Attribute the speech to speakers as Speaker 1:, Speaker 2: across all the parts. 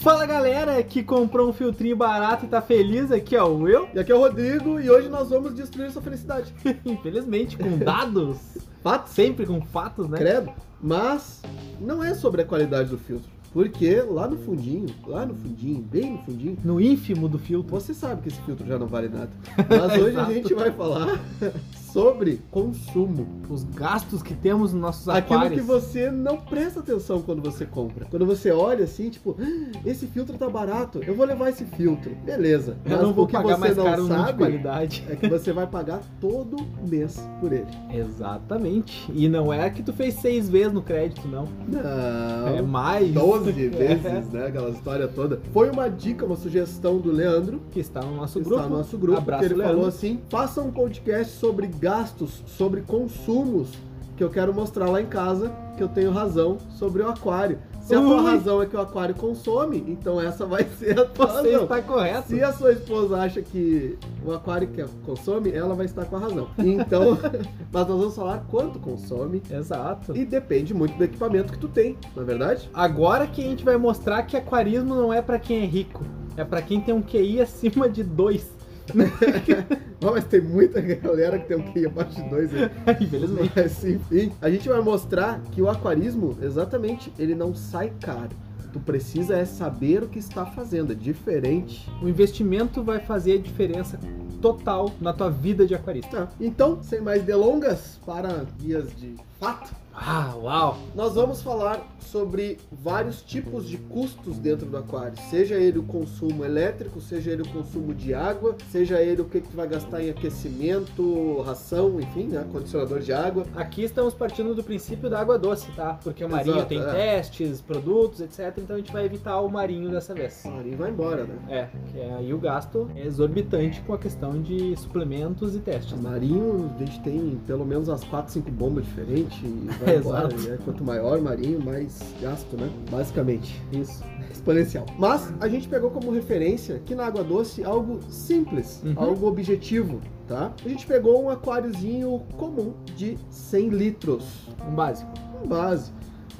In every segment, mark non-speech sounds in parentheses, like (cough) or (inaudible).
Speaker 1: Fala galera que comprou um filtrinho barato e tá feliz, aqui ó, o eu,
Speaker 2: E aqui é o Rodrigo e hoje nós vamos destruir sua felicidade. né?
Speaker 1: infelizmente,
Speaker 2: (laughs)
Speaker 1: com dados,
Speaker 2: Fatos,
Speaker 1: sempre com fatos, né?
Speaker 2: credo. Mas não é sobre a qualidade do filtro. Porque lá no fundinho, lá no fundinho, bem no fundinho,
Speaker 1: No ínfimo do filtro.
Speaker 2: você sabe que esse filtro já não vale nada.
Speaker 1: (laughs)
Speaker 2: Mas hoje a
Speaker 1: Exato.
Speaker 2: gente vai falar sobre consumo.
Speaker 1: Os gastos que temos nos nossos
Speaker 2: Aquilo
Speaker 1: aquários.
Speaker 2: que você não presta atenção quando você compra. Quando você olha assim, tipo, "Ah, esse filtro tá barato, eu vou levar esse filtro. Beleza.
Speaker 1: Eu não vou
Speaker 2: o que
Speaker 1: pagar
Speaker 2: você
Speaker 1: mais
Speaker 2: não
Speaker 1: caro no de
Speaker 2: sabe
Speaker 1: qualidade. (laughs)
Speaker 2: é que você vai pagar todo mês por ele.
Speaker 1: Exatamente. E não é que tu fez seis vezes no crédito, não.
Speaker 2: Não.
Speaker 1: É mais.
Speaker 2: 12
Speaker 1: É.
Speaker 2: vezes, né? Aquela história toda. Foi uma dica, uma sugestão do Leandro,
Speaker 1: Que está no nosso
Speaker 2: que
Speaker 1: grupo.
Speaker 2: está no nosso grupo,
Speaker 1: Abraço,
Speaker 2: que ele
Speaker 1: Leandro.
Speaker 2: falou assim: faça um podcast sobre gastos, sobre consumos, que eu quero mostrar lá em casa que eu tenho razão sobre o aquário. Se a tua
Speaker 1: Ui.
Speaker 2: razão é que o aquário consome, então essa vai (laughs) ser a tua
Speaker 1: (laughs) Você
Speaker 2: razão.
Speaker 1: está correto.
Speaker 2: Se a sua esposa acha que o aquário que consome, ela vai estar com a razão. Então, (laughs) mas nós vamos falar quanto consome
Speaker 1: Exato.
Speaker 2: e depende muito do equipamento que tu tem, na verdade?
Speaker 1: Agora que a gente vai mostrar que aquarismo não é pra quem é rico, é pra quem tem um QI acima de 2.
Speaker 2: Não, mas tem muita galera que tem um QI abaixo de 2 aí.
Speaker 1: Infelizmente.
Speaker 2: (laughs) Mas enfim, a gente vai mostrar que o aquarismo, exatamente, ele não sai caro. Tu precisa é saber o que está fazendo, é diferente.
Speaker 1: O investimento vai fazer a diferença total na tua vida de aquarista.
Speaker 2: Tá. Então, sem mais delongas, para guias de fato,
Speaker 1: Ah, uau!
Speaker 2: nós vamos falar sobre vários tipos de custos dentro do aquário. Seja ele o consumo elétrico, seja ele o consumo de água, seja ele o que, que tu vai gastar em aquecimento, ração, enfim, né? Condicionador de água.
Speaker 1: Aqui estamos partindo do princípio da água doce, tá? Porque o marinho
Speaker 2: Exato,
Speaker 1: tem
Speaker 2: é.
Speaker 1: testes, produtos, etc. Então a gente vai evitar o marinho dessa vez.
Speaker 2: O marinho vai embora, né?
Speaker 1: É, que aí o gasto é exorbitante com a questão de suplementos e testes.
Speaker 2: O
Speaker 1: né?
Speaker 2: marinho, a gente tem pelo menos umas 4, 5 bombas diferentes
Speaker 1: (laughs)
Speaker 2: e vai embora.
Speaker 1: Exato.
Speaker 2: E aí, quanto maior o marinho, mais gasto, né? Basicamente, (laughs)
Speaker 1: Isso.
Speaker 2: exponencial. Mas a gente pegou como referência que na água doce algo simples,
Speaker 1: Uhum.
Speaker 2: algo objetivo, tá? A gente pegou um aquáriozinho comum de 100 litros,
Speaker 1: Um básico.
Speaker 2: um base.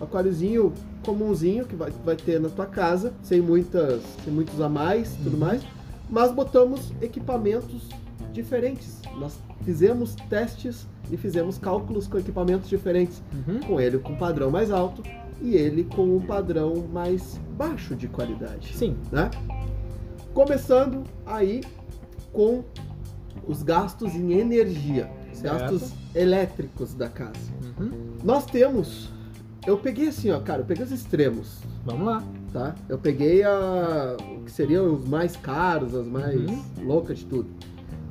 Speaker 2: Um aquáriozinho comumzinho que vai, vai ter na tua casa, sem, muitas, sem muitos a mais, tudo
Speaker 1: Uhum.
Speaker 2: mais. Mas botamos equipamentos diferentes. Nós fizemos testes e fizemos cálculos com equipamentos diferentes.
Speaker 1: Uhum.
Speaker 2: Com ele com um padrão mais alto e ele com um padrão mais baixo de qualidade.
Speaker 1: Sim.
Speaker 2: Né? Começando aí com os gastos em energia,
Speaker 1: Certo.
Speaker 2: gastos elétricos da casa.
Speaker 1: Uhum.
Speaker 2: Nós temos. Eu peguei assim, ó, cara, eu peguei os extremos,
Speaker 1: Vamos lá.
Speaker 2: tá? Eu peguei a. o que seriam os mais caros, as mais
Speaker 1: Uhum.
Speaker 2: loucas de tudo.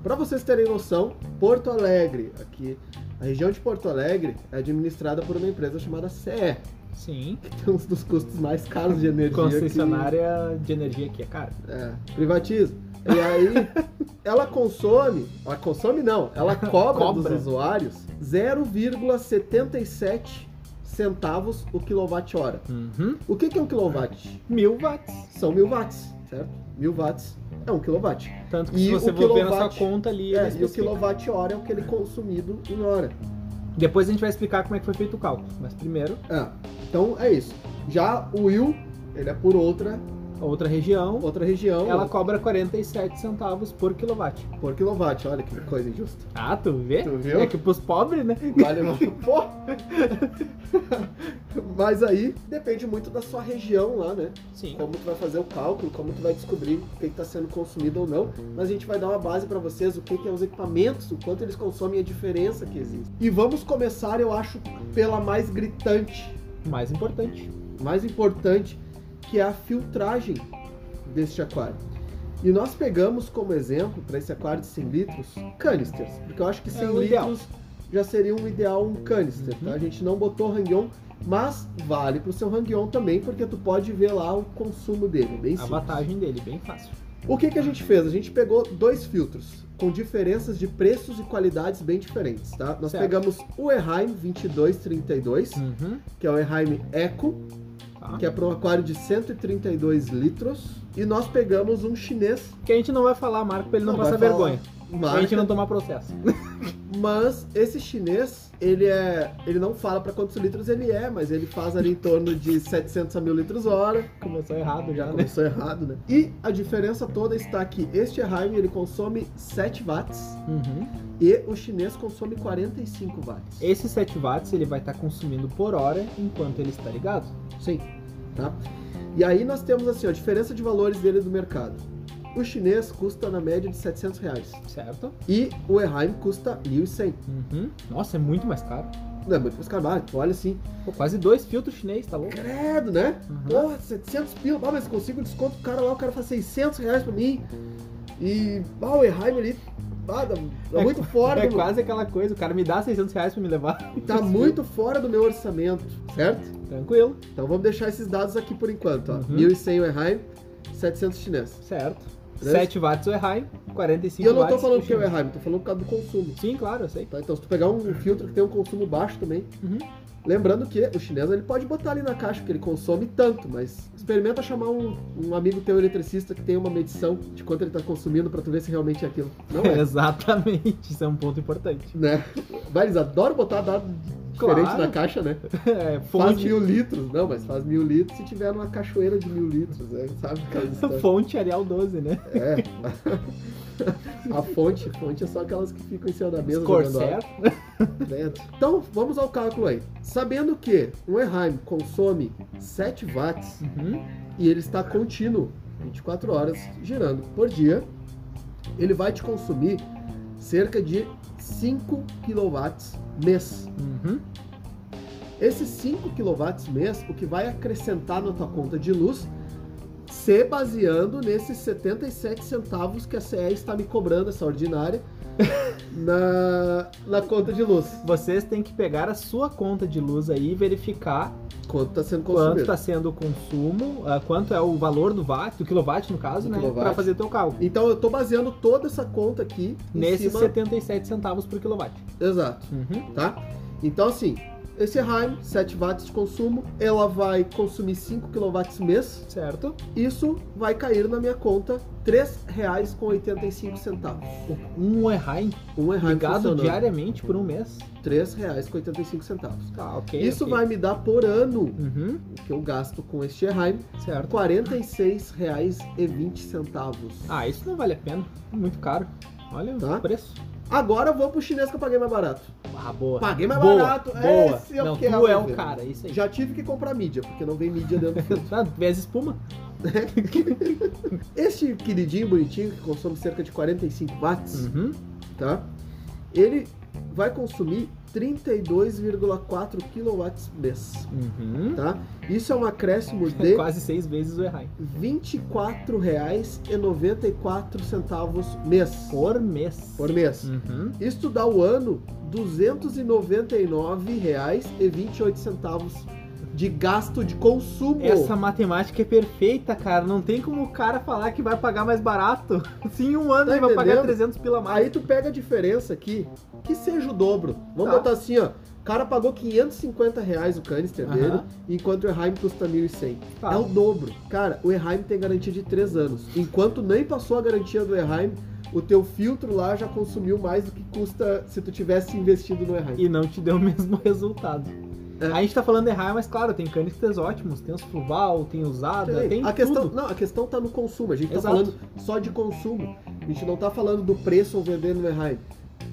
Speaker 2: Pra vocês terem noção, Porto Alegre, aqui. A região de Porto Alegre é administrada por uma empresa chamada CE,
Speaker 1: Sim.
Speaker 2: que tem um dos custos mais caros de energia. que-
Speaker 1: Concessionária de energia aqui é cara.
Speaker 2: É, privatiza. E aí, ela consome, ela consome não,
Speaker 1: (laughs)
Speaker 2: ela cobra,
Speaker 1: Cobra.
Speaker 2: dos usuários 0,77 centavos o quilowatt-hora.
Speaker 1: Uhum.
Speaker 2: O que, que é um quilowatt?
Speaker 1: Mil watts.
Speaker 2: São mil watts, certo? Mil watts é um quilowatt.
Speaker 1: Tanto que
Speaker 2: E
Speaker 1: se você
Speaker 2: o
Speaker 1: for ver na sua
Speaker 2: quilowatt-
Speaker 1: conta ali, ele
Speaker 2: É, e o
Speaker 1: especifica.
Speaker 2: quilowatt-hora é aquele consumido em hora.
Speaker 1: depois a gente vai explicar como é que foi feito o cálculo. Mas primeiro,
Speaker 2: É, então é isso. Já o Will, ele é por outra,
Speaker 1: a outra região,
Speaker 2: outra região,
Speaker 1: ela cobra 47 centavos por quilowatt.
Speaker 2: por quilowatt. Olha que coisa injusta.
Speaker 1: Ah, tu vê?
Speaker 2: Tu viu?
Speaker 1: É que pros pobres, né?
Speaker 2: Vale muito. (laughs) Pô! Mas aí depende muito da sua região lá, né?
Speaker 1: Sim.
Speaker 2: Como tu vai fazer o cálculo, como tu vai descobrir o que está sendo consumido ou não. Mas a gente vai dar uma base para vocês, o que, que é os equipamentos, o quanto eles consomem e a diferença que existe. E vamos começar, eu acho, pela mais gritante,
Speaker 1: Mais importante.
Speaker 2: mais importante, que é a filtragem deste aquário. E nós pegamos como exemplo para esse aquário de 100 litros canisters, porque eu acho que
Speaker 1: o
Speaker 2: 100 litros
Speaker 1: É um ideal.
Speaker 2: já seria um ideal um canister,
Speaker 1: Uhum.
Speaker 2: tá? A gente não botou hang-on, mas vale pro seu hang-on também, porque tu pode ver lá o consumo dele, é bem
Speaker 1: A
Speaker 2: simples.
Speaker 1: vantagem dele, bem fácil.
Speaker 2: O que, que a gente fez? A gente pegou dois filtros com diferenças de preços e qualidades bem diferentes, tá? Nós
Speaker 1: Certo.
Speaker 2: pegamos o Eheim 2232,
Speaker 1: Uhum.
Speaker 2: que é o Eheim Eco,
Speaker 1: Tá.
Speaker 2: que é para um aquário de 132 litros, e nós pegamos um chinês
Speaker 1: Que a gente não vai falar, Marco, pra ele não, tá-
Speaker 2: Não
Speaker 1: passar
Speaker 2: vai falar.
Speaker 1: vergonha. Pra
Speaker 2: marca,
Speaker 1: gente não tomar processo.
Speaker 2: mas esse chinês, ele é, ele não fala para quantos litros ele é, mas ele faz ali em torno de 700 a 1000 litros hora.
Speaker 1: (laughs) Começou errado já, né?
Speaker 2: Começou errado, né? E a diferença toda está que este Heim ele consome 7 watts
Speaker 1: Uhum.
Speaker 2: e o chinês consome 45 watts.
Speaker 1: Esse 7 watts ele vai estar consumindo por hora enquanto ele está ligado.
Speaker 2: Sim, tá? E aí nós temos assim, ó, a diferença de valores dele do mercado. O chinês custa na média de 700 reais
Speaker 1: Certo?
Speaker 2: e o Eheim custa 1.100.
Speaker 1: Uhum. Nossa, é muito mais caro.
Speaker 2: Não é muito mais caro, ah, tu olha assim,
Speaker 1: Pô, quase dois filtros chinês, tá louco?
Speaker 2: credo, né?
Speaker 1: Uhum.
Speaker 2: Porra, 700 pila, ah, mas consigo um desconto do cara lá, o cara faz 600 reais pra mim. E, ah, o Eheim ali, ah, dá- tá
Speaker 1: É
Speaker 2: muito fora,
Speaker 1: É
Speaker 2: do,
Speaker 1: quase aquela coisa, o cara me dá 600 reais pra me levar. (laughs)
Speaker 2: tá muito fora do meu orçamento, certo?
Speaker 1: Tranquilo.
Speaker 2: Então vamos deixar esses dados aqui por enquanto, ó.
Speaker 1: Uhum.
Speaker 2: 1.100 o Eheim, 700 chinês.
Speaker 1: Certo.
Speaker 2: Beleza?
Speaker 1: 7 watts é o Eheim, 45
Speaker 2: E eu não
Speaker 1: watts
Speaker 2: tô falando
Speaker 1: o
Speaker 2: porque é o
Speaker 1: Shin.
Speaker 2: Eheim, tô falando por causa do consumo.
Speaker 1: Sim, claro, eu sei.
Speaker 2: Tá, então, se tu pegar um filtro que tem um consumo baixo também.
Speaker 1: Uhum.
Speaker 2: Lembrando que o chinês ele pode botar ali na caixa, que ele consome tanto, mas experimenta chamar um, um amigo teu eletricista que tem uma medição de quanto ele tá consumindo pra tu ver se realmente é aquilo. Não é,
Speaker 1: Então, (laughs) Exatamente, isso é um ponto importante. (laughs)
Speaker 2: né? Mas eles adoram botar dado diferente
Speaker 1: Claro.
Speaker 2: na caixa, né?
Speaker 1: É,
Speaker 2: Faz
Speaker 1: fonte,
Speaker 2: mil
Speaker 1: (laughs)
Speaker 2: litros, não, mas faz mil litros se tiver numa cachoeira de mil litros, né? Sabe?
Speaker 1: (laughs)
Speaker 2: aquelas histórias?
Speaker 1: fonte Arial 12, né?
Speaker 2: É. (laughs) A fonte, fonte é só aquelas que ficam em cima da mesa jogando água.
Speaker 1: Corsair.
Speaker 2: Dentro. Então, vamos ao cálculo aí. Sabendo que o Eheim consome 7 watts
Speaker 1: Uhum.
Speaker 2: e ele está contínuo, 24 horas girando por dia, ele vai te consumir cerca de 5 kW mês.
Speaker 1: Uhum.
Speaker 2: Esses 5 kW mês, o que vai acrescentar na tua conta de luz, se baseando nesses 77 centavos que a CE está me cobrando, essa ordinária, na, na conta de luz.
Speaker 1: Vocês têm que pegar a sua conta de luz aí e verificar
Speaker 2: Quanto está sendo consumido.
Speaker 1: quanto tá? está sendo o consumo, ah, quanto é o valor do watt, do quilowatt no caso,
Speaker 2: Do
Speaker 1: né?
Speaker 2: quilowatt.
Speaker 1: Pra fazer teu cálculo.
Speaker 2: Então eu tô baseando toda essa conta aqui em
Speaker 1: Nesses
Speaker 2: cima...
Speaker 1: 77 centavos por quilowatt.
Speaker 2: Exato,
Speaker 1: Uhum.
Speaker 2: tá? Então assim, esse Heim, 7 watts de consumo, ela vai consumir 5 kW mês.
Speaker 1: Certo?
Speaker 2: Isso vai cair na minha conta R$ 3,85.
Speaker 1: Um Eheim
Speaker 2: Um Heim
Speaker 1: ligado
Speaker 2: funcionando, R$
Speaker 1: diariamente por um mês.
Speaker 2: 3,85.
Speaker 1: Tá, ok.
Speaker 2: Isso
Speaker 1: ok.
Speaker 2: vai me dar por ano
Speaker 1: Uhum,
Speaker 2: o que eu gasto com este Heim, R$
Speaker 1: certo.
Speaker 2: 46,20.
Speaker 1: Ah, isso não vale a pena. Muito caro. Olha
Speaker 2: Tá.
Speaker 1: o preço.
Speaker 2: Agora eu vou pro chinês que eu paguei mais barato.
Speaker 1: Ah, boa.
Speaker 2: Paguei mais
Speaker 1: boa,
Speaker 2: barato.
Speaker 1: Boa.
Speaker 2: Esse eu
Speaker 1: não,
Speaker 2: quero
Speaker 1: tu é o
Speaker 2: ver.
Speaker 1: cara, isso aí.
Speaker 2: Já tive que comprar mídia, porque não vem mídia dentro
Speaker 1: (laughs)
Speaker 2: do filme.
Speaker 1: Ah, vê as espuma.
Speaker 2: Este queridinho bonitinho, que consome cerca de 45 watts,
Speaker 1: Uhum.
Speaker 2: tá? Ele vai consumir 32,4 kW mês,
Speaker 1: Uhum.
Speaker 2: tá? Isso é um
Speaker 1: (laughs)
Speaker 2: acréscimo de R$
Speaker 1: Quase seis vezes o Eheim.
Speaker 2: 24,94 mês.
Speaker 1: Por mês.
Speaker 2: Por mês.
Speaker 1: Uhum.
Speaker 2: Isso dá o ano R$ 299,28 de gasto de consumo.
Speaker 1: Essa matemática é perfeita, cara. Não tem como o cara falar que vai pagar mais barato. (laughs) Sim, um ano
Speaker 2: Tá
Speaker 1: ele vai pagar
Speaker 2: entendendo?
Speaker 1: 300 pila a mais.
Speaker 2: Aí tu pega a diferença aqui, que seja o dobro. Vamos
Speaker 1: Tá.
Speaker 2: botar assim, ó. O cara pagou 550 reais o canister
Speaker 1: Aham.
Speaker 2: dele, enquanto o Eheim custa 1.100.
Speaker 1: Tá.
Speaker 2: É o dobro. Cara, o Eheim tem garantia de 3 anos. Enquanto nem passou a garantia do Eheim, o teu filtro lá já consumiu mais do que custa se tu tivesse investido no Eheim.
Speaker 1: E não te deu o (laughs) mesmo resultado.
Speaker 2: É.
Speaker 1: A gente tá falando errar, mas claro, tem canisters ótimos, tem os Fluval, tem usada,
Speaker 2: Peraí,
Speaker 1: tem
Speaker 2: a questão,
Speaker 1: tudo.
Speaker 2: não, a questão tá no consumo. A gente tá
Speaker 1: Exato.
Speaker 2: falando só de consumo. A gente não tá falando do preço ou vendendo no Eheim.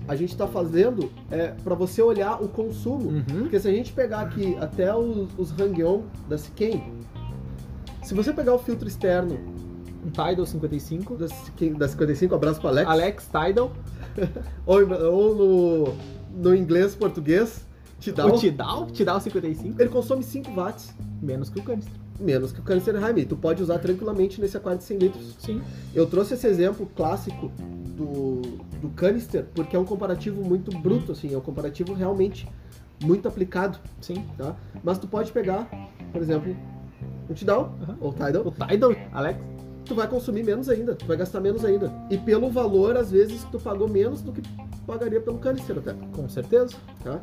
Speaker 2: A gente tá fazendo é, para você olhar o consumo.
Speaker 1: Uhum.
Speaker 2: Porque se a gente pegar aqui até os, os Hangyeon da Siken, se você pegar o filtro externo
Speaker 1: Um Tidal 55.
Speaker 2: da, Siken, da 55, abraço para Alex,
Speaker 1: Alex Tidal,
Speaker 2: ou, em- ou no, no inglês, português, te dá
Speaker 1: o
Speaker 2: um,
Speaker 1: Tidal, Tidal 55,
Speaker 2: ele consome 5 watts,
Speaker 1: menos que o canister.
Speaker 2: menos que o Canister Heim. Tu pode usar tranquilamente nesse aquário de 100 litros.
Speaker 1: Sim.
Speaker 2: Eu trouxe esse exemplo clássico do, do canister porque é um comparativo muito bruto, assim, é um comparativo realmente muito aplicado,
Speaker 1: Sim.
Speaker 2: tá? Mas tu pode pegar, por exemplo, o Tidal
Speaker 1: Aham.
Speaker 2: ou Tidal,
Speaker 1: O Tidal, Alex,
Speaker 2: tu vai consumir menos ainda, tu vai gastar menos ainda. E pelo valor, às vezes, tu pagou menos do que pagaria pelo canister até,
Speaker 1: com certeza.
Speaker 2: tá?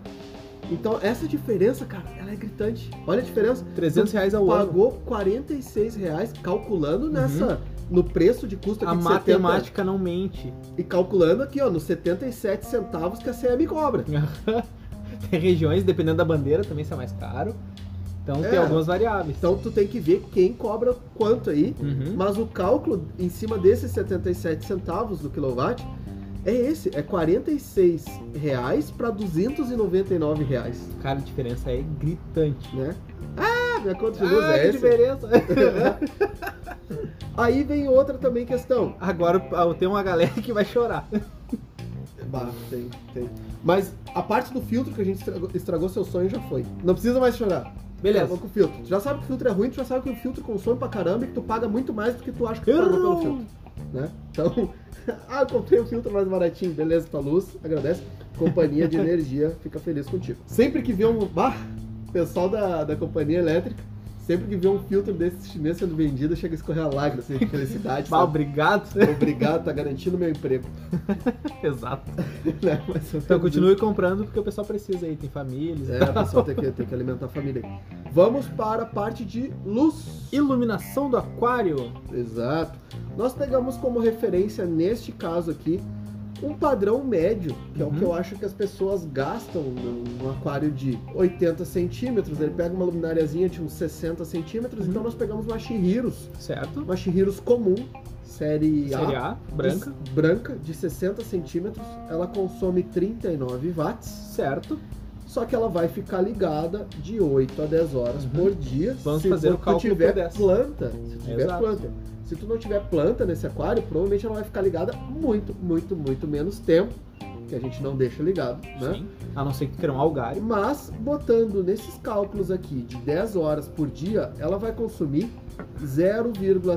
Speaker 2: Então, essa diferença, cara, ela é gritante. Olha a diferença.
Speaker 1: 300 reais ao Um ano. Uhum.
Speaker 2: Pagou R$ 46 reais, calculando nessa... No preço de custo aqui
Speaker 1: A
Speaker 2: de 70,
Speaker 1: matemática não mente. (laughs)
Speaker 2: e calculando aqui, ó, nos 77 centavos que a CM cobra.
Speaker 1: Tem regiões, dependendo da bandeira, também isso é mais caro. Então
Speaker 2: É.
Speaker 1: tem algumas variáveis.
Speaker 2: Então tu tem que ver quem cobra quanto aí.
Speaker 1: Uhum.
Speaker 2: Mas o cálculo em cima desses 77 centavos do quilowatt é esse, é 46 reais para 299 reais,
Speaker 1: Cara, a diferença é gritante.
Speaker 2: né? Ah, minha conta de luz
Speaker 1: Ah,
Speaker 2: é
Speaker 1: que
Speaker 2: essa.
Speaker 1: diferença!
Speaker 2: (laughs) Aí vem outra também questão.
Speaker 1: Agora ah, tem uma galera que vai chorar. É
Speaker 2: Bah, tem, tem. Mas a parte do filtro que a gente estragou, estragou seu sonho já foi. Não precisa mais chorar. Acabou
Speaker 1: (laughs) Beleza.
Speaker 2: com o filtro. Tu já sabe que o filtro é ruim, tu já sabe que o filtro consome pra caramba e que tu paga muito mais do que tu acha que tu pagou pelo filtro, né? Então, (laughs) ah, eu comprei o filtro mais baratinho, beleza, tua luz, agradece. Companhia de energia fica feliz contigo. Sempre que vê um. Bah, pessoal da, da companhia elétrica, sempre que vê um filtro desse chinês sendo vendido, chega a escorrer a lágrima, assim, de felicidade.
Speaker 1: Bah,
Speaker 2: sabe?
Speaker 1: obrigado. (laughs)
Speaker 2: Obrigado, tá garantindo meu emprego. (laughs)
Speaker 1: Exato.
Speaker 2: né? Mas eu
Speaker 1: Então
Speaker 2: quero dizer-
Speaker 1: continue comprando porque o pessoal precisa aí, tem famílias.
Speaker 2: É, pessoal tem que, tem que alimentar a família. aí. Vamos para a parte de luz.
Speaker 1: Iluminação do aquário.
Speaker 2: Exato. Nós pegamos como referência, neste caso aqui, um padrão médio, que é o
Speaker 1: Uhum.
Speaker 2: que eu acho que as pessoas gastam num num aquário de 80 centímetros. Ele pega uma luminariazinha de uns 60 centímetros,
Speaker 1: Uhum.
Speaker 2: então nós pegamos uma Shihiros,
Speaker 1: Certo?
Speaker 2: uma Shihiros comum, série,
Speaker 1: Série A, branca.
Speaker 2: De, branca, de 60 centímetros. Ela consome 39 watts.
Speaker 1: Certo.
Speaker 2: Só que ela vai ficar ligada de 8 a 10 horas
Speaker 1: Uhum.
Speaker 2: por dia.
Speaker 1: Vamos
Speaker 2: se
Speaker 1: fazer
Speaker 2: tu
Speaker 1: o cálculo
Speaker 2: tiver
Speaker 1: por 10.
Speaker 2: planta. Se tu tiver
Speaker 1: Exato.
Speaker 2: planta. Se tu não tiver planta nesse aquário, provavelmente ela vai ficar ligada muito, muito, muito menos tempo. Que a gente não deixa ligado, né?
Speaker 1: Sim. A não ser que tu queira um algário.
Speaker 2: Mas botando nesses cálculos aqui de 10 horas por dia, ela vai consumir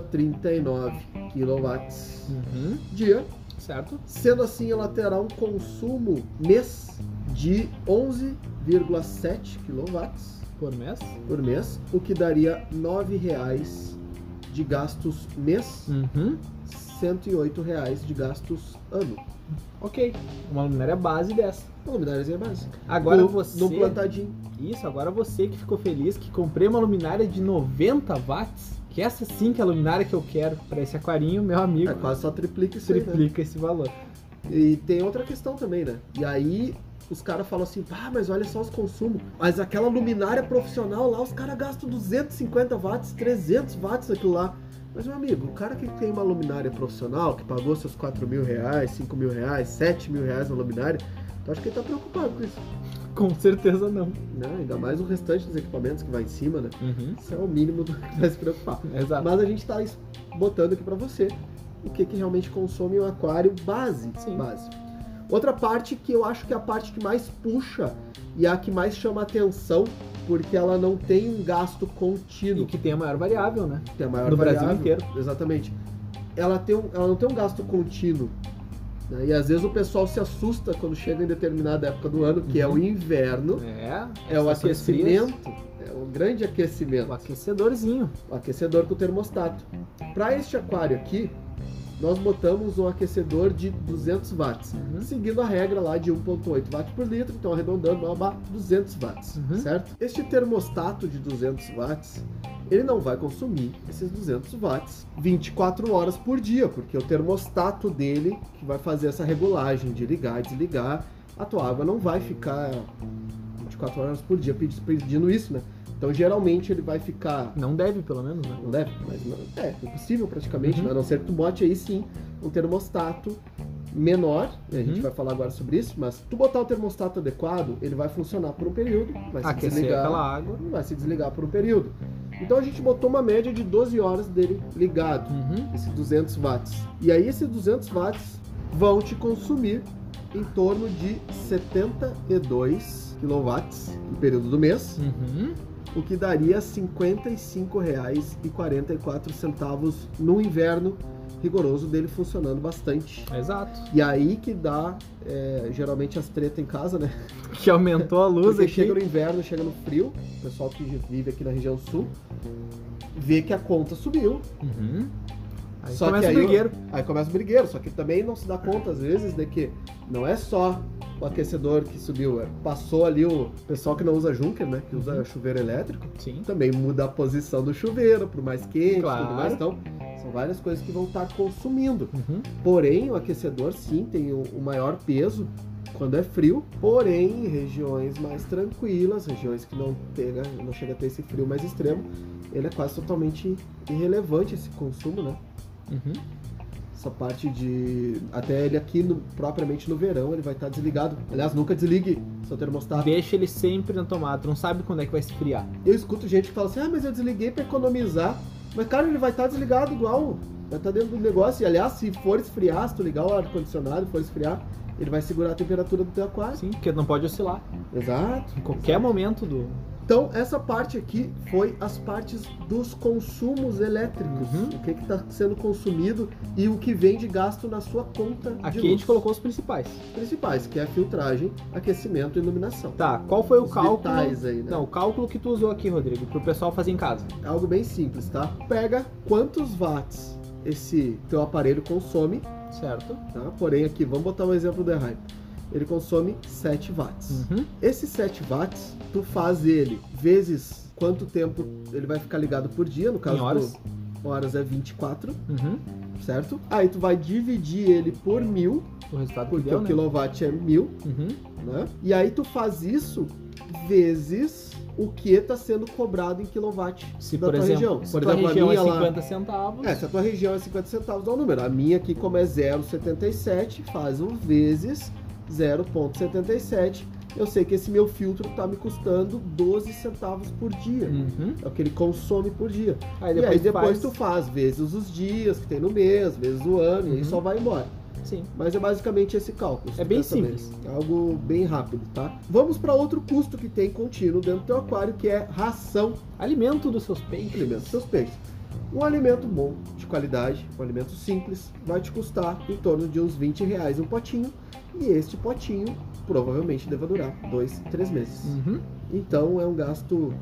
Speaker 2: 0,39 quilowatts
Speaker 1: Uhum.
Speaker 2: dia.
Speaker 1: Certo.
Speaker 2: Sendo assim, ela terá um consumo mês de 11,7 quilowatts
Speaker 1: Por mês.
Speaker 2: por mês, o que daria R$ reais de gastos mês,
Speaker 1: Uhum.
Speaker 2: R$ reais de gastos ano.
Speaker 1: Ok. Uma luminária base dessa.
Speaker 2: Uma luminária é básica.
Speaker 1: Agora
Speaker 2: no,
Speaker 1: você.
Speaker 2: No plantadinho.
Speaker 1: Isso, agora você que ficou feliz que comprei uma luminária de 90 watts. Que essa sim que é a luminária que eu quero pra esse aquarinho, meu amigo.
Speaker 2: É, quase só triplica isso aí, né?
Speaker 1: triplica esse valor.
Speaker 2: E tem outra questão também, né? E aí os caras falam assim, ah, mas olha só os consumos. Mas aquela luminária profissional lá, os caras gastam 250 watts, 300 watts aquilo lá. Mas, meu amigo, o cara que tem uma luminária profissional, que pagou seus 4 mil reais, 5 mil reais, 7 mil reais na luminária, então acho que ele tá preocupado com isso.
Speaker 1: Com certeza não.
Speaker 2: né? Ainda mais o restante dos equipamentos que vai em cima, né?
Speaker 1: Uhum.
Speaker 2: Isso é o mínimo do que vai se preocupar.
Speaker 1: Exato.
Speaker 2: Mas a gente tá es- botando aqui pra você o que, que realmente consome um aquário base,
Speaker 1: Sim.
Speaker 2: base. Outra parte que eu acho que é a parte que mais puxa e a que mais chama atenção, porque ela não tem um gasto
Speaker 1: E
Speaker 2: contínuo,
Speaker 1: que tem a maior variável, né?
Speaker 2: que é a maior
Speaker 1: no Brasil
Speaker 2: variável.
Speaker 1: inteiro.
Speaker 2: Exatamente. Ela, tem um- ela não tem um gasto contínuo. né? E às vezes o pessoal se assusta quando chega em determinada época do ano, que é o
Speaker 1: Uhum.
Speaker 2: inverno,
Speaker 1: É.
Speaker 2: é o
Speaker 1: estações
Speaker 2: aquecimento,
Speaker 1: frias,
Speaker 2: é um grande aquecimento,
Speaker 1: É O aquecedorzinho.
Speaker 2: o aquecedor com termostato. Para este aquário aqui, nós botamos um aquecedor de 200 watts,
Speaker 1: Uhum.
Speaker 2: seguindo a regra lá de 1.8 watts por litro, então arredondando blá, blá, 200 watts,
Speaker 1: Uhum.
Speaker 2: certo? Este termostato de 200 watts, ele não vai consumir esses 200 watts 24 horas por dia, porque é o termostato dele que vai fazer essa regulagem de ligar e desligar, a tua água não vai ficar 24 horas por dia pedi- pedindo isso, né? Então geralmente ele vai ficar
Speaker 1: Não deve, pelo menos, né?
Speaker 2: não deve, mas não, é impossível praticamente,
Speaker 1: Uhum.
Speaker 2: né? a não ser que tu bote aí sim um termostato menor, e a gente
Speaker 1: Uhum.
Speaker 2: vai falar agora sobre isso, mas tu botar o termostato adequado, ele vai funcionar por um período, vai se
Speaker 1: Aquecer
Speaker 2: desligar,
Speaker 1: aquela água.
Speaker 2: vai se desligar por um período. Então a gente botou uma média de 12 horas dele ligado,
Speaker 1: Uhum.
Speaker 2: esses 200 watts. E aí esses 200 watts vão te consumir em torno de 72 quilowatts no período do mês
Speaker 1: Uhum.
Speaker 2: o que daria R$ 55,44 no inverno rigoroso dele funcionando bastante.
Speaker 1: Exato.
Speaker 2: E aí que dá é, geralmente as tretas em casa, né?
Speaker 1: Que aumentou a luz
Speaker 2: Porque
Speaker 1: aqui.
Speaker 2: chega no inverno, chega no frio, o pessoal que vive aqui na região sul vê que a conta subiu,
Speaker 1: Uhum. Aí
Speaker 2: Só
Speaker 1: começa
Speaker 2: que
Speaker 1: o
Speaker 2: aí eu-
Speaker 1: brigueiro.
Speaker 2: aí começa o brigueiro, só que também não se dá conta às vezes de que não é só o aquecedor que subiu, é, passou ali o pessoal que não usa Junker, né, que usa
Speaker 1: Uhum.
Speaker 2: chuveiro elétrico,
Speaker 1: Sim.
Speaker 2: também muda a posição do chuveiro pro mais quente,
Speaker 1: Claro.
Speaker 2: tudo mais. Então, são várias coisas que vão estar tá consumindo.
Speaker 1: Uhum.
Speaker 2: Porém, o aquecedor sim tem o, o maior peso, quando é frio, porém em regiões mais tranquilas, regiões que não, pega, não chega a ter esse frio mais extremo, ele é quase totalmente irrelevante esse consumo, né?
Speaker 1: Uhum.
Speaker 2: Essa parte de. Até ele aqui, no- propriamente no verão, ele vai estar desligado. Aliás, nunca desligue seu termostato.
Speaker 1: Tá. Deixa ele sempre na tomada, tu não sabe quando é que vai esfriar.
Speaker 2: Eu escuto gente que fala assim, ah, mas eu desliguei pra economizar. Mas, cara, ele vai estar desligado igual. Vai estar dentro do negócio. E, aliás, se for esfriar, se tu ligar o ar-condicionado e for esfriar, ele vai segurar a temperatura do teu aquário.
Speaker 1: Sim, porque não pode oscilar.
Speaker 2: Exato.
Speaker 1: Em qualquer momento do.
Speaker 2: Então, essa parte aqui foi as partes dos consumos elétricos.
Speaker 1: Uhum.
Speaker 2: O que está sendo consumido e o que vem de gasto na sua conta de
Speaker 1: Aqui a
Speaker 2: luz.
Speaker 1: gente colocou os principais.
Speaker 2: principais, que é a filtragem, aquecimento e iluminação.
Speaker 1: Tá, qual foi o
Speaker 2: Os
Speaker 1: cálculo?
Speaker 2: detalhes aí, né?
Speaker 1: Não, o cálculo que tu usou aqui, Rodrigo, pro pessoal fazer em casa.
Speaker 2: É algo bem simples, tá? Pega quantos watts esse teu aparelho consome,
Speaker 1: Certo?
Speaker 2: tá? Porém aqui, vamos botar um exemplo do Hype. Ele consome 7 watts.
Speaker 1: Uhum.
Speaker 2: Esses 7 watts, tu faz ele vezes quanto tempo ele vai ficar ligado por dia, no caso
Speaker 1: Em horas.
Speaker 2: do- horas é 24,
Speaker 1: Uhum.
Speaker 2: certo? Aí tu vai dividir ele por mil,
Speaker 1: O resultado que
Speaker 2: porque
Speaker 1: deu,
Speaker 2: o
Speaker 1: né?
Speaker 2: quilowatt é mil,
Speaker 1: Uhum.
Speaker 2: né? E aí tu faz isso vezes o que está sendo cobrado em quilowatt
Speaker 1: Se,
Speaker 2: da
Speaker 1: por
Speaker 2: tua
Speaker 1: exemplo,
Speaker 2: região.
Speaker 1: se
Speaker 2: Por
Speaker 1: tua
Speaker 2: exemplo, a
Speaker 1: região é
Speaker 2: minha lá-
Speaker 1: 50 centavos,
Speaker 2: É, se a tua região é 50 centavos, dá o número. A minha aqui, como é 0,77, faz um vezes 0,77. Eu sei que esse meu filtro tá me custando 12 centavos por dia.
Speaker 1: Uhum.
Speaker 2: É o que ele consome por dia.
Speaker 1: Aí
Speaker 2: e
Speaker 1: depois,
Speaker 2: aí
Speaker 1: tu
Speaker 2: depois
Speaker 1: faz...
Speaker 2: tu faz vezes os dias que tem no mês, vezes o ano, e aí
Speaker 1: Uhum.
Speaker 2: só vai embora.
Speaker 1: Sim.
Speaker 2: Mas é basicamente esse cálculo. se
Speaker 1: É
Speaker 2: tu
Speaker 1: bem
Speaker 2: quer saber.
Speaker 1: simples.
Speaker 2: É algo bem rápido, tá? Vamos para outro custo que tem contínuo dentro do teu aquário, que é ração
Speaker 1: Alimento dos seus peixes.
Speaker 2: alimenta seus peixes. Um alimento bom, de qualidade, um alimento simples, vai te custar em torno de uns 20 reais um potinho. E este potinho provavelmente deva durar dois, três meses.
Speaker 1: Uhum.
Speaker 2: Então é um gasto,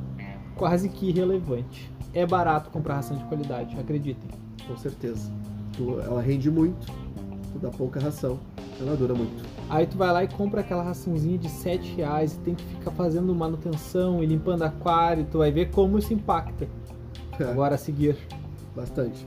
Speaker 1: Quase que irrelevante. É barato comprar ração de qualidade, acreditem.
Speaker 2: com certeza. Tu- ela rende muito, tu dá pouca ração, ela dura muito. (laughs)
Speaker 1: Aí tu vai lá e compra aquela raçãozinha de 7 reais e tem que ficar fazendo manutenção e limpando aquário, tu vai ver como isso impacta.
Speaker 2: É.
Speaker 1: Agora a seguir.
Speaker 2: Bastante.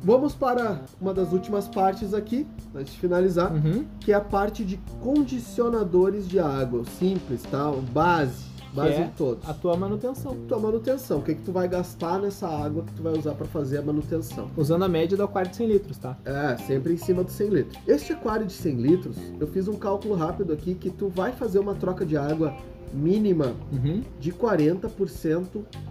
Speaker 2: Vamos para uma das últimas partes aqui, antes de finalizar.
Speaker 1: Uhum.
Speaker 2: que é a parte de condicionadores de água, o simples, tá? O Base, base
Speaker 1: é
Speaker 2: em todos.
Speaker 1: A tua manutenção.
Speaker 2: Tua manutenção, o que que tu vai gastar nessa água que tu vai usar para fazer a manutenção?
Speaker 1: Usando a média do aquário de 100 litros, tá?
Speaker 2: É, sempre em cima dos 100 litros. Este aquário de 100 litros, eu fiz um cálculo rápido aqui que tu vai fazer uma troca de água mínima
Speaker 1: Uhum.
Speaker 2: de 40%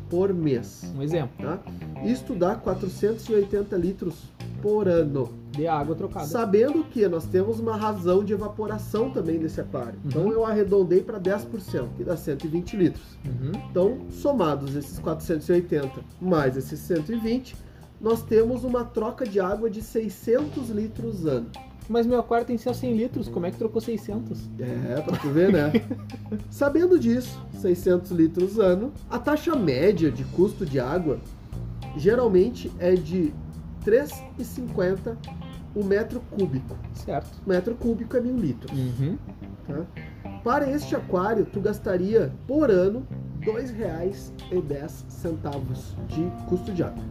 Speaker 2: por mês,
Speaker 1: Um exemplo.
Speaker 2: tá? Isto dá 480 litros por ano.
Speaker 1: De água trocada.
Speaker 2: Sabendo que nós temos uma razão de evaporação também desse aquário. Então
Speaker 1: Uhum.
Speaker 2: eu arredondei para 10%, que dá 120 litros.
Speaker 1: Uhum.
Speaker 2: Então, somados esses 480 mais esses 120, nós temos uma troca de água de 600 litros ano.
Speaker 1: Mas meu aquário tem só 100 litros, como é que trocou 600?
Speaker 2: É, pra tu ver, né? Sabendo disso, 600 litros ano, a taxa média de custo de água geralmente é de 3,50 o metro cúbico.
Speaker 1: Certo.
Speaker 2: Metro cúbico é mil litros.
Speaker 1: Uhum.
Speaker 2: tá? Para este aquário, tu gastaria por ano R$ 2,10 de custo de água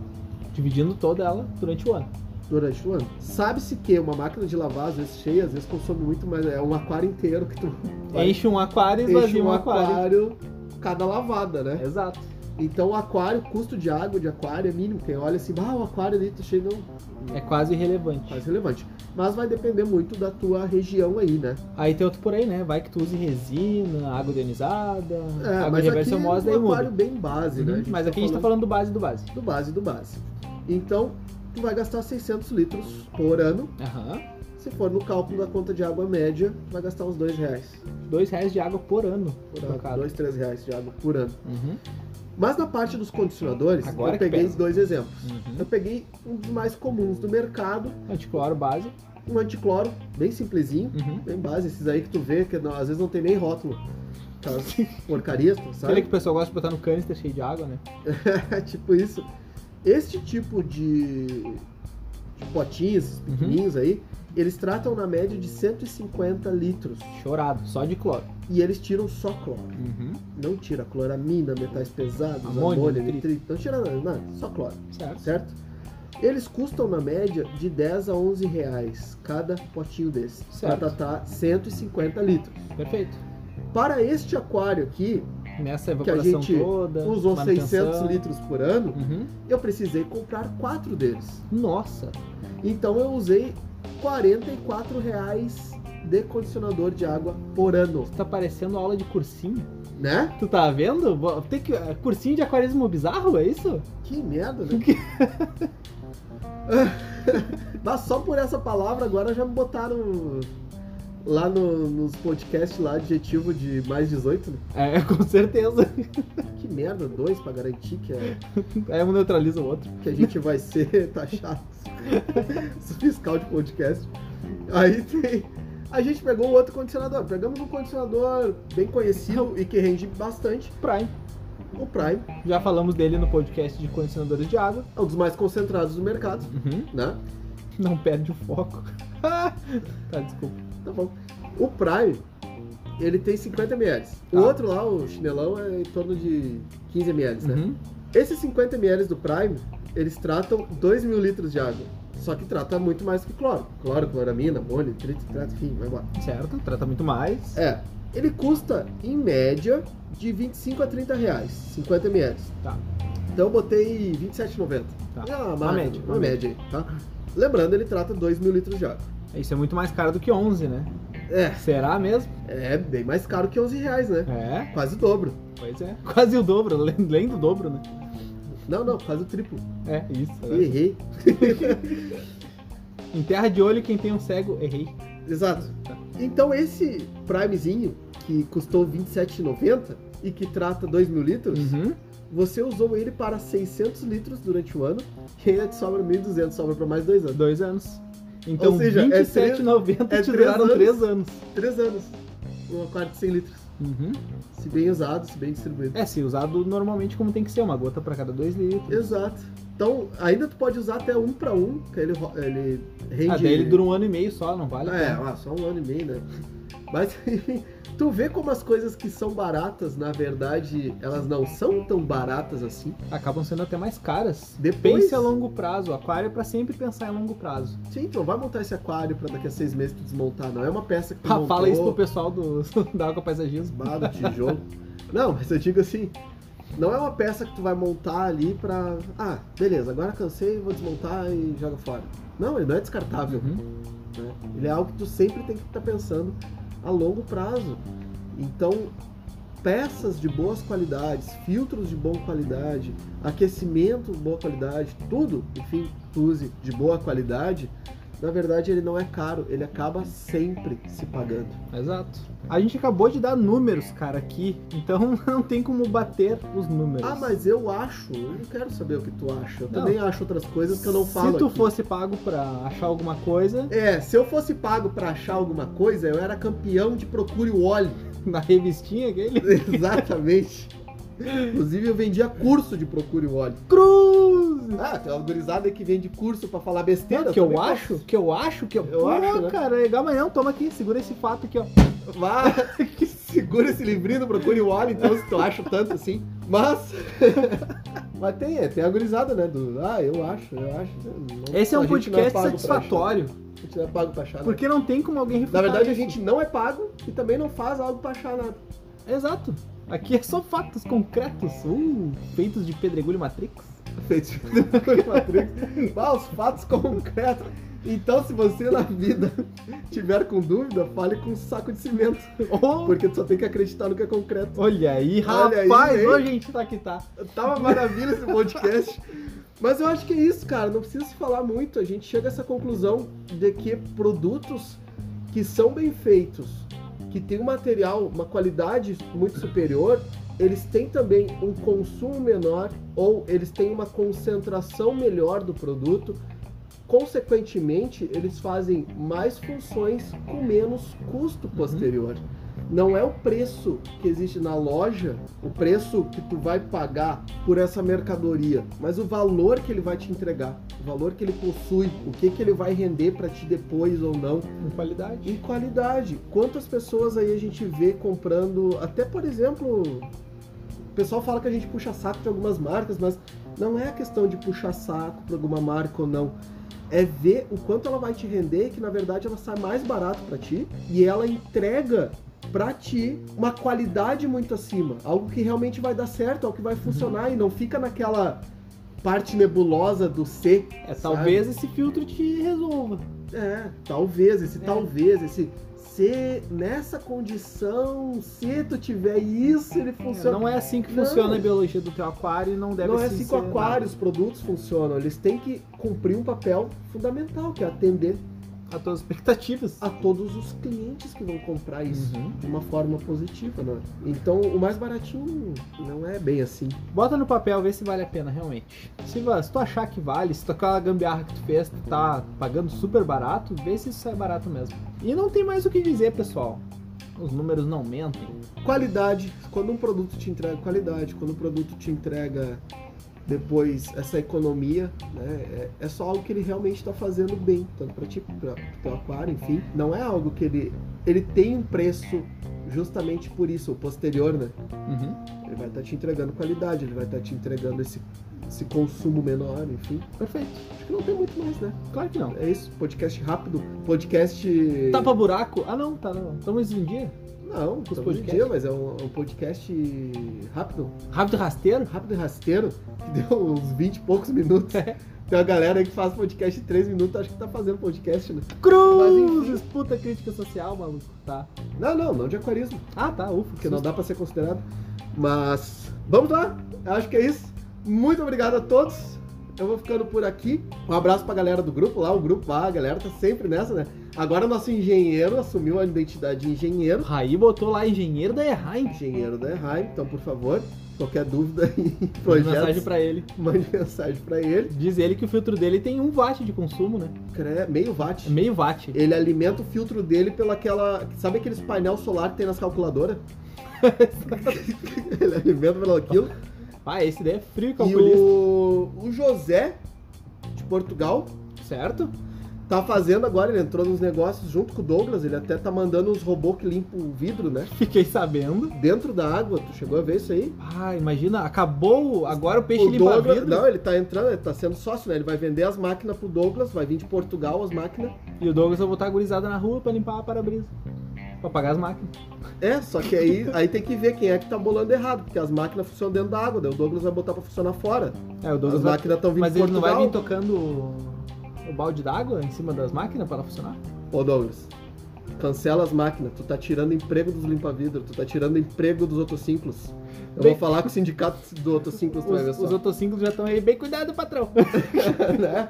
Speaker 1: Dividindo toda ela durante o ano.
Speaker 2: durante o ano. Sabe-se que uma máquina de lavar, às vezes cheia, às vezes consome muito, mas é um aquário inteiro que tu Vai.
Speaker 1: Enche um aquário e
Speaker 2: enche
Speaker 1: esvazia
Speaker 2: um
Speaker 1: um aquário.
Speaker 2: aquário cada lavada, né?
Speaker 1: Exato.
Speaker 2: Então o aquário, o custo de água de aquário é mínimo. Quem olha assim, ah, o aquário ali tá cheio, não,
Speaker 1: É quase irrelevante.
Speaker 2: faz relevante. Mas vai depender muito da tua região aí, né?
Speaker 1: Aí tem outro por aí, né? Vai que tu use resina, água ionizada,
Speaker 2: É,
Speaker 1: água
Speaker 2: mas
Speaker 1: de
Speaker 2: aqui
Speaker 1: reversa
Speaker 2: é um
Speaker 1: osmose, daí
Speaker 2: aquário
Speaker 1: muda.
Speaker 2: bem base, né?
Speaker 1: Uhum, Mas aqui a gente tá falando do base do base.
Speaker 2: do base do base. Então, tu vai gastar 600 litros por ano.
Speaker 1: Aham.
Speaker 2: Se for no cálculo da conta de água média, vai gastar uns dois reais.
Speaker 1: Dois reais de água por ano.
Speaker 2: Por ano,
Speaker 1: trocado.
Speaker 2: dois, três reais de água por ano.
Speaker 1: Uhum.
Speaker 2: Mas na parte dos condicionadores,
Speaker 1: Agora
Speaker 2: eu
Speaker 1: que
Speaker 2: peguei
Speaker 1: pesa.
Speaker 2: dois exemplos.
Speaker 1: Uhum.
Speaker 2: Eu peguei um dos mais comuns do mercado,
Speaker 1: Anticloro base.
Speaker 2: um anticloro, bem simplesinho,
Speaker 1: Uhum.
Speaker 2: bem base, esses aí que tu vê, que não- às vezes não tem nem rótulo. Aquelas (laughs) porcarias, tu
Speaker 1: Aquele
Speaker 2: sabe?
Speaker 1: que o pessoal gosta de botar no canister cheio de água, né?
Speaker 2: (laughs) É tipo isso. Este tipo de, de potinhos, esses pequenininhos
Speaker 1: Uhum.
Speaker 2: aí, eles tratam na média de 150 litros.
Speaker 1: Chorado, só de cloro.
Speaker 2: E eles tiram só cloro.
Speaker 1: Uhum.
Speaker 2: Não tira cloramina, metais pesados,
Speaker 1: Amônio,
Speaker 2: amônio,
Speaker 1: nitrito.
Speaker 2: nitrito. Não tira nada, nada, só cloro,
Speaker 1: Certo.
Speaker 2: certo? Eles custam na média de 10 a 11 reais cada potinho desse,
Speaker 1: Certo.
Speaker 2: para tratar 150 litros.
Speaker 1: Perfeito.
Speaker 2: Para este aquário aqui,
Speaker 1: Nessa
Speaker 2: que a
Speaker 1: evaporação
Speaker 2: gente
Speaker 1: toda.
Speaker 2: usou
Speaker 1: manutenção.
Speaker 2: 600 litros por ano,
Speaker 1: Uhum.
Speaker 2: eu precisei comprar quatro deles.
Speaker 1: Nossa,
Speaker 2: Então eu usei 44 reais de condicionador de água por ano,
Speaker 1: tá parecendo aula de cursinho.
Speaker 2: né?
Speaker 1: Tu tá vendo? Bo- Tem que... é, Cursinho de aquarismo bizarro, é isso?
Speaker 2: Que merda, né? (laughs) Mas só por essa palavra agora já me botaram lá no- nos podcasts lá, adjetivo de mais 18, né?
Speaker 1: É, (laughs) com certeza.
Speaker 2: Que merda, dois pra garantir que, é-
Speaker 1: Aí um neutraliza o outro.
Speaker 2: que a gente vai ser (laughs) taxado. Fiscal de podcast. Aí tem. A gente pegou um outro condicionador. Pegamos um condicionador bem conhecido e que rende bastante,
Speaker 1: Prime.
Speaker 2: o Prime.
Speaker 1: Já falamos dele no podcast de condicionadores de água.
Speaker 2: É um dos mais concentrados do mercado,
Speaker 1: Uhum.
Speaker 2: né?
Speaker 1: Não perde o foco. (laughs) tá, desculpa.
Speaker 2: Tá bom. O Prime, ele tem 50 ml. O
Speaker 1: Tá.
Speaker 2: outro lá, o chinelão, é em torno de 15 ml, né?
Speaker 1: Uhum.
Speaker 2: Esses 50 ml do Prime, eles tratam 2 mil litros de água. Só que trata muito mais que cloro. Cloro, cloramina, bone, nitrito, nitrato, enfim, vai embora.
Speaker 1: Certo, trata muito mais.
Speaker 2: É, ele custa, em média, de 25 a 30 reais, 50 ml.
Speaker 1: Tá.
Speaker 2: Então eu botei 27,90.
Speaker 1: Tá.
Speaker 2: É uma,
Speaker 1: Uma média,
Speaker 2: média,
Speaker 1: uma
Speaker 2: uma média aí, tá? Lembrando, ele trata 2 mil litros de água.
Speaker 1: Isso é muito mais caro do que 11, né?
Speaker 2: É,
Speaker 1: Será mesmo?
Speaker 2: é bem mais caro que 11 reais, né?
Speaker 1: É,
Speaker 2: Quase o dobro.
Speaker 1: pois é. Quase o dobro, (laughs) além além do dobro, né?
Speaker 2: Não, não, quase o triplo.
Speaker 1: É, isso.
Speaker 2: Eu
Speaker 1: né?
Speaker 2: errei.
Speaker 1: Em terra de olho, quem tem um cego, errei.
Speaker 2: Exato. Então esse Primezinho, que custou R$27,90 e que trata 2 mil litros,
Speaker 1: Uhum.
Speaker 2: você usou ele para 600 litros durante o ano e ainda te sobra 1.200, sobra para mais dois anos.
Speaker 1: Dois anos. Então,
Speaker 2: Ou seja, é três-
Speaker 1: 27,90
Speaker 2: é
Speaker 1: te
Speaker 2: três
Speaker 1: duraram
Speaker 2: anos.
Speaker 1: três anos.
Speaker 2: Três anos. Uma quarta de 100 litros.
Speaker 1: Uhum.
Speaker 2: Se bem usado, se bem distribuído.
Speaker 1: É, se usado normalmente como tem que ser, uma gota pra cada dois litros.
Speaker 2: Exato. Então, ainda tu pode usar até um para um, que ele, ro- ele rende...
Speaker 1: Ah, daí ele dura um ano e meio só, não vale? a
Speaker 2: É,
Speaker 1: pena.
Speaker 2: ah, só um ano e meio, né? Mas, (laughs) enfim, tu vê como as coisas que são baratas, na verdade, elas não são tão baratas assim.
Speaker 1: Acabam sendo até mais caras.
Speaker 2: Depois.
Speaker 1: Pense a longo prazo. Aquário é pra sempre pensar em longo prazo.
Speaker 2: Sim, tu não vai montar esse aquário pra daqui a seis meses tu desmontar, não. É uma peça que tu montou,
Speaker 1: Ah, Fala isso pro pessoal do, (laughs) da Água Paisagismo. (laughs)
Speaker 2: barro, tijolo. não, mas eu digo assim, não é uma peça que tu vai montar ali pra. Ah, beleza, agora cansei, vou desmontar e joga fora. Não, ele não é descartável.
Speaker 1: Uhum.
Speaker 2: né? Ele é algo que tu sempre tem que estar pensando a longo prazo. Então, peças de boas qualidades, filtros de boa qualidade, aquecimento de boa qualidade, tudo, enfim, tu use de boa qualidade, na verdade ele não é caro, ele acaba sempre se pagando.
Speaker 1: Exato. A gente acabou de dar números, cara, aqui. Então (laughs) não tem como bater os números.
Speaker 2: Ah, mas eu acho, eu não quero saber o que tu acha. Eu
Speaker 1: É Não.
Speaker 2: também acho outras coisas que eu não falo.
Speaker 1: Se tu
Speaker 2: aqui.
Speaker 1: fosse pago pra achar alguma coisa
Speaker 2: É, se eu fosse pago pra achar alguma coisa, eu era campeão de procure o óleo.
Speaker 1: (laughs) na revistinha aquele.
Speaker 2: (laughs) Exatamente. Inclusive, eu vendia curso de Procure o Óleo.
Speaker 1: Cruz!
Speaker 2: Ah, tem uma gurizada que vende curso pra falar besteira.
Speaker 1: Não, que eu
Speaker 2: também
Speaker 1: acho, que eu acho, que eu.
Speaker 2: Eu
Speaker 1: Pô,
Speaker 2: acho, né?
Speaker 1: cara, legal, mas não, toma aqui, segura esse fato aqui, ó.
Speaker 2: posso. Vá, segura esse livrinho do Procure o Óleo, então, se tu acha tanto assim. Mas... (laughs) Mas tem, é, tem a gurizada, né? Do, ah, eu acho, eu acho. Não-
Speaker 1: Esse é
Speaker 2: a
Speaker 1: um
Speaker 2: gente não
Speaker 1: podcast
Speaker 2: pago pra
Speaker 1: satisfatório.
Speaker 2: achar. A gente não é pago pra achar nada.
Speaker 1: Porque não tem como alguém
Speaker 2: Na
Speaker 1: refutar.
Speaker 2: verdade, a
Speaker 1: isso.
Speaker 2: gente não é pago e também não faz algo pra achar nada.
Speaker 1: Exato. Aqui é só fatos concretos, uh, feitos de pedregulho Matrix. (laughs)
Speaker 2: Feito de Matrix. (laughs) Ah, os fatos concretos. Então, se você na vida tiver com dúvida, fale com um saco de cimento.
Speaker 1: Oh,
Speaker 2: Porque tu só tem que acreditar no que é concreto.
Speaker 1: Olha aí,
Speaker 2: Olha aí,
Speaker 1: rapaz,
Speaker 2: hein?
Speaker 1: hoje a gente tá que tá.
Speaker 2: Tá uma maravilha esse podcast. Mas eu acho que é isso, cara. Não precisa se falar muito. A gente chega a essa conclusão de que produtos que são bem feitos, que tem um material, uma qualidade muito superior, eles têm também um consumo menor ou eles têm uma concentração melhor do produto. Consequentemente, eles fazem mais funções com menos custo posterior. Não é o preço que existe na loja, o preço que tu vai pagar por essa mercadoria, mas o valor que ele vai te entregar, o valor que ele possui, o que, que ele vai render para ti depois ou não.
Speaker 1: Com qualidade.
Speaker 2: E qualidade. Quantas pessoas aí a gente vê comprando, até por exemplo, pessoal fala que a gente puxa saco de algumas marcas, mas não é a questão de puxar saco para alguma marca ou não. É ver o quanto ela vai te render, que na verdade ela sai mais barato para ti e ela entrega para ti uma qualidade muito acima, algo que realmente vai dar certo, algo que vai funcionar e não fica naquela parte nebulosa do C.
Speaker 1: É, talvez esse filtro te resolva.
Speaker 2: É, talvez esse
Speaker 1: É.
Speaker 2: talvez esse se nessa condição, se tu tiver isso, ele
Speaker 1: É,
Speaker 2: funciona.
Speaker 1: não é assim que
Speaker 2: Não.
Speaker 1: funciona a biologia do teu aquário e não deve
Speaker 2: Não é
Speaker 1: se
Speaker 2: assim que o
Speaker 1: ser,
Speaker 2: aquário, os produtos funcionam. Eles têm que cumprir um papel fundamental, que é atender
Speaker 1: não. A tuas expectativas.
Speaker 2: a todos os clientes que vão comprar Ah, isso
Speaker 1: Uhum.
Speaker 2: de uma forma positiva, né? Então, o mais baratinho não é bem assim.
Speaker 1: Bota no papel, vê se vale a pena realmente. Se, va- se tu achar que vale, se tu aquela gambiarra que tu fez tu tá pagando super barato, vê se isso é barato mesmo. E não tem mais o que dizer, pessoal. Os números não mentem.
Speaker 2: Qualidade. Quando um produto te entrega qualidade, quando um produto te entrega depois essa economia, né? É, é só algo que ele realmente está fazendo bem, tanto para ti, para teu aquário, enfim. Não é algo que ele ele tem um preço justamente por isso, o posterior, né?
Speaker 1: Uhum.
Speaker 2: Ele vai estar te entregando qualidade, ele vai estar te entregando esse, esse consumo menor, enfim.
Speaker 1: Perfeito.
Speaker 2: Acho que não tem muito mais, né?
Speaker 1: Claro que não.
Speaker 2: É isso, podcast rápido, podcast...
Speaker 1: Tapa buraco? Ah não, tá não. Estamos em dia?
Speaker 2: Não,
Speaker 1: Os
Speaker 2: estamos em
Speaker 1: podcasts.
Speaker 2: dia, mas é um, é um podcast rápido,
Speaker 1: Rápido e rasteiro?
Speaker 2: rápido e rasteiro, que deu uns 20 e poucos minutos.
Speaker 1: É.
Speaker 2: Tem uma galera aí que faz podcast em 3 minutos, acho que tá fazendo podcast, né?
Speaker 1: Cruz! Disputa crítica social, maluco. Tá.
Speaker 2: Não, não, não de aquarismo,
Speaker 1: Ah, tá. Ufa,
Speaker 2: porque não dá pra ser considerado. Mas, vamos lá, acho que é isso. Muito obrigado a todos. Eu vou ficando por aqui. Um abraço pra galera do grupo lá, o grupo lá, a galera tá sempre nessa, né? Agora nosso engenheiro assumiu a identidade de engenheiro.
Speaker 1: Raí botou lá engenheiro da Errain.
Speaker 2: engenheiro da Erraim, então por favor, qualquer dúvida (laughs) em
Speaker 1: Mensagem
Speaker 2: projetos,
Speaker 1: pra ele.
Speaker 2: mande mensagem pra ele.
Speaker 1: Diz ele que o filtro dele tem um watt de consumo, né?
Speaker 2: Cre- Meio
Speaker 1: É
Speaker 2: watt.
Speaker 1: meio watt.
Speaker 2: Ele alimenta o filtro dele pela aquela. Sabe aqueles painel solar que tem nas calculadoras? (laughs) ele alimenta
Speaker 1: (laughs)
Speaker 2: pelo aquilo.
Speaker 1: Ah, esse daí é frio e
Speaker 2: E
Speaker 1: calculista,
Speaker 2: o, o José, de Portugal,
Speaker 1: certo? (laughs)
Speaker 2: tá fazendo agora, ele entrou nos negócios junto com o Douglas, ele até tá mandando uns robôs que limpam o vidro, né?
Speaker 1: Fiquei sabendo.
Speaker 2: Dentro da água, tu chegou a ver isso aí?
Speaker 1: Ah, imagina, acabou, agora o peixe
Speaker 2: O
Speaker 1: limpa
Speaker 2: Douglas,
Speaker 1: vidro.
Speaker 2: não, ele tá entrando, ele tá sendo sócio, né? Ele vai vender as máquinas pro Douglas, vai vir de Portugal as máquinas.
Speaker 1: E o Douglas vai botar a gurizada na rua pra limpar a para-brisa. Pra pagar as máquinas.
Speaker 2: É, só que aí, aí tem que ver quem é que tá bolando errado, porque as máquinas funcionam dentro da água, daí o Douglas vai botar pra funcionar fora.
Speaker 1: É, o Douglas
Speaker 2: as
Speaker 1: vai...
Speaker 2: máquinas estão vindo
Speaker 1: Mas
Speaker 2: de
Speaker 1: ele não
Speaker 2: Portugal.
Speaker 1: vai vir tocando o- o balde d'água em cima das máquinas pra ela funcionar?
Speaker 2: Ô Douglas, cancela as máquinas, tu tá tirando emprego dos limpa-vidro, tu tá tirando emprego dos otociclos. Eu
Speaker 1: Bem-
Speaker 2: vou falar com o sindicato do otociclos, tu vai ver
Speaker 1: Os,
Speaker 2: só.
Speaker 1: os otociclos já estão aí, bem cuidado, patrão.
Speaker 2: (laughs) Né?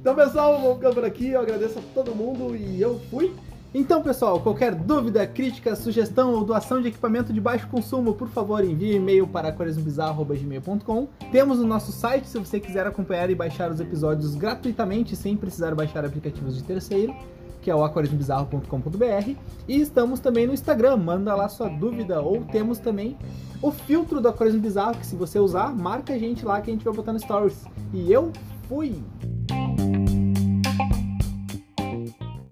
Speaker 2: Então pessoal, vamos ficando por aqui, eu agradeço a todo mundo e eu fui.
Speaker 1: Então, pessoal, qualquer dúvida, crítica, sugestão ou doação de equipamento de baixo consumo, por favor, envie e-mail para aquarismobizarro.gmail.com. Temos o nosso site se você quiser acompanhar e baixar os episódios gratuitamente sem precisar baixar aplicativos de terceiro, que é o aquarismobizarro.com.br. E estamos também no Instagram, manda lá sua dúvida. Ou temos também o filtro do Aquarismo Bizarro, que se você usar, marca a gente lá que a gente vai botar no Stories. E eu fui!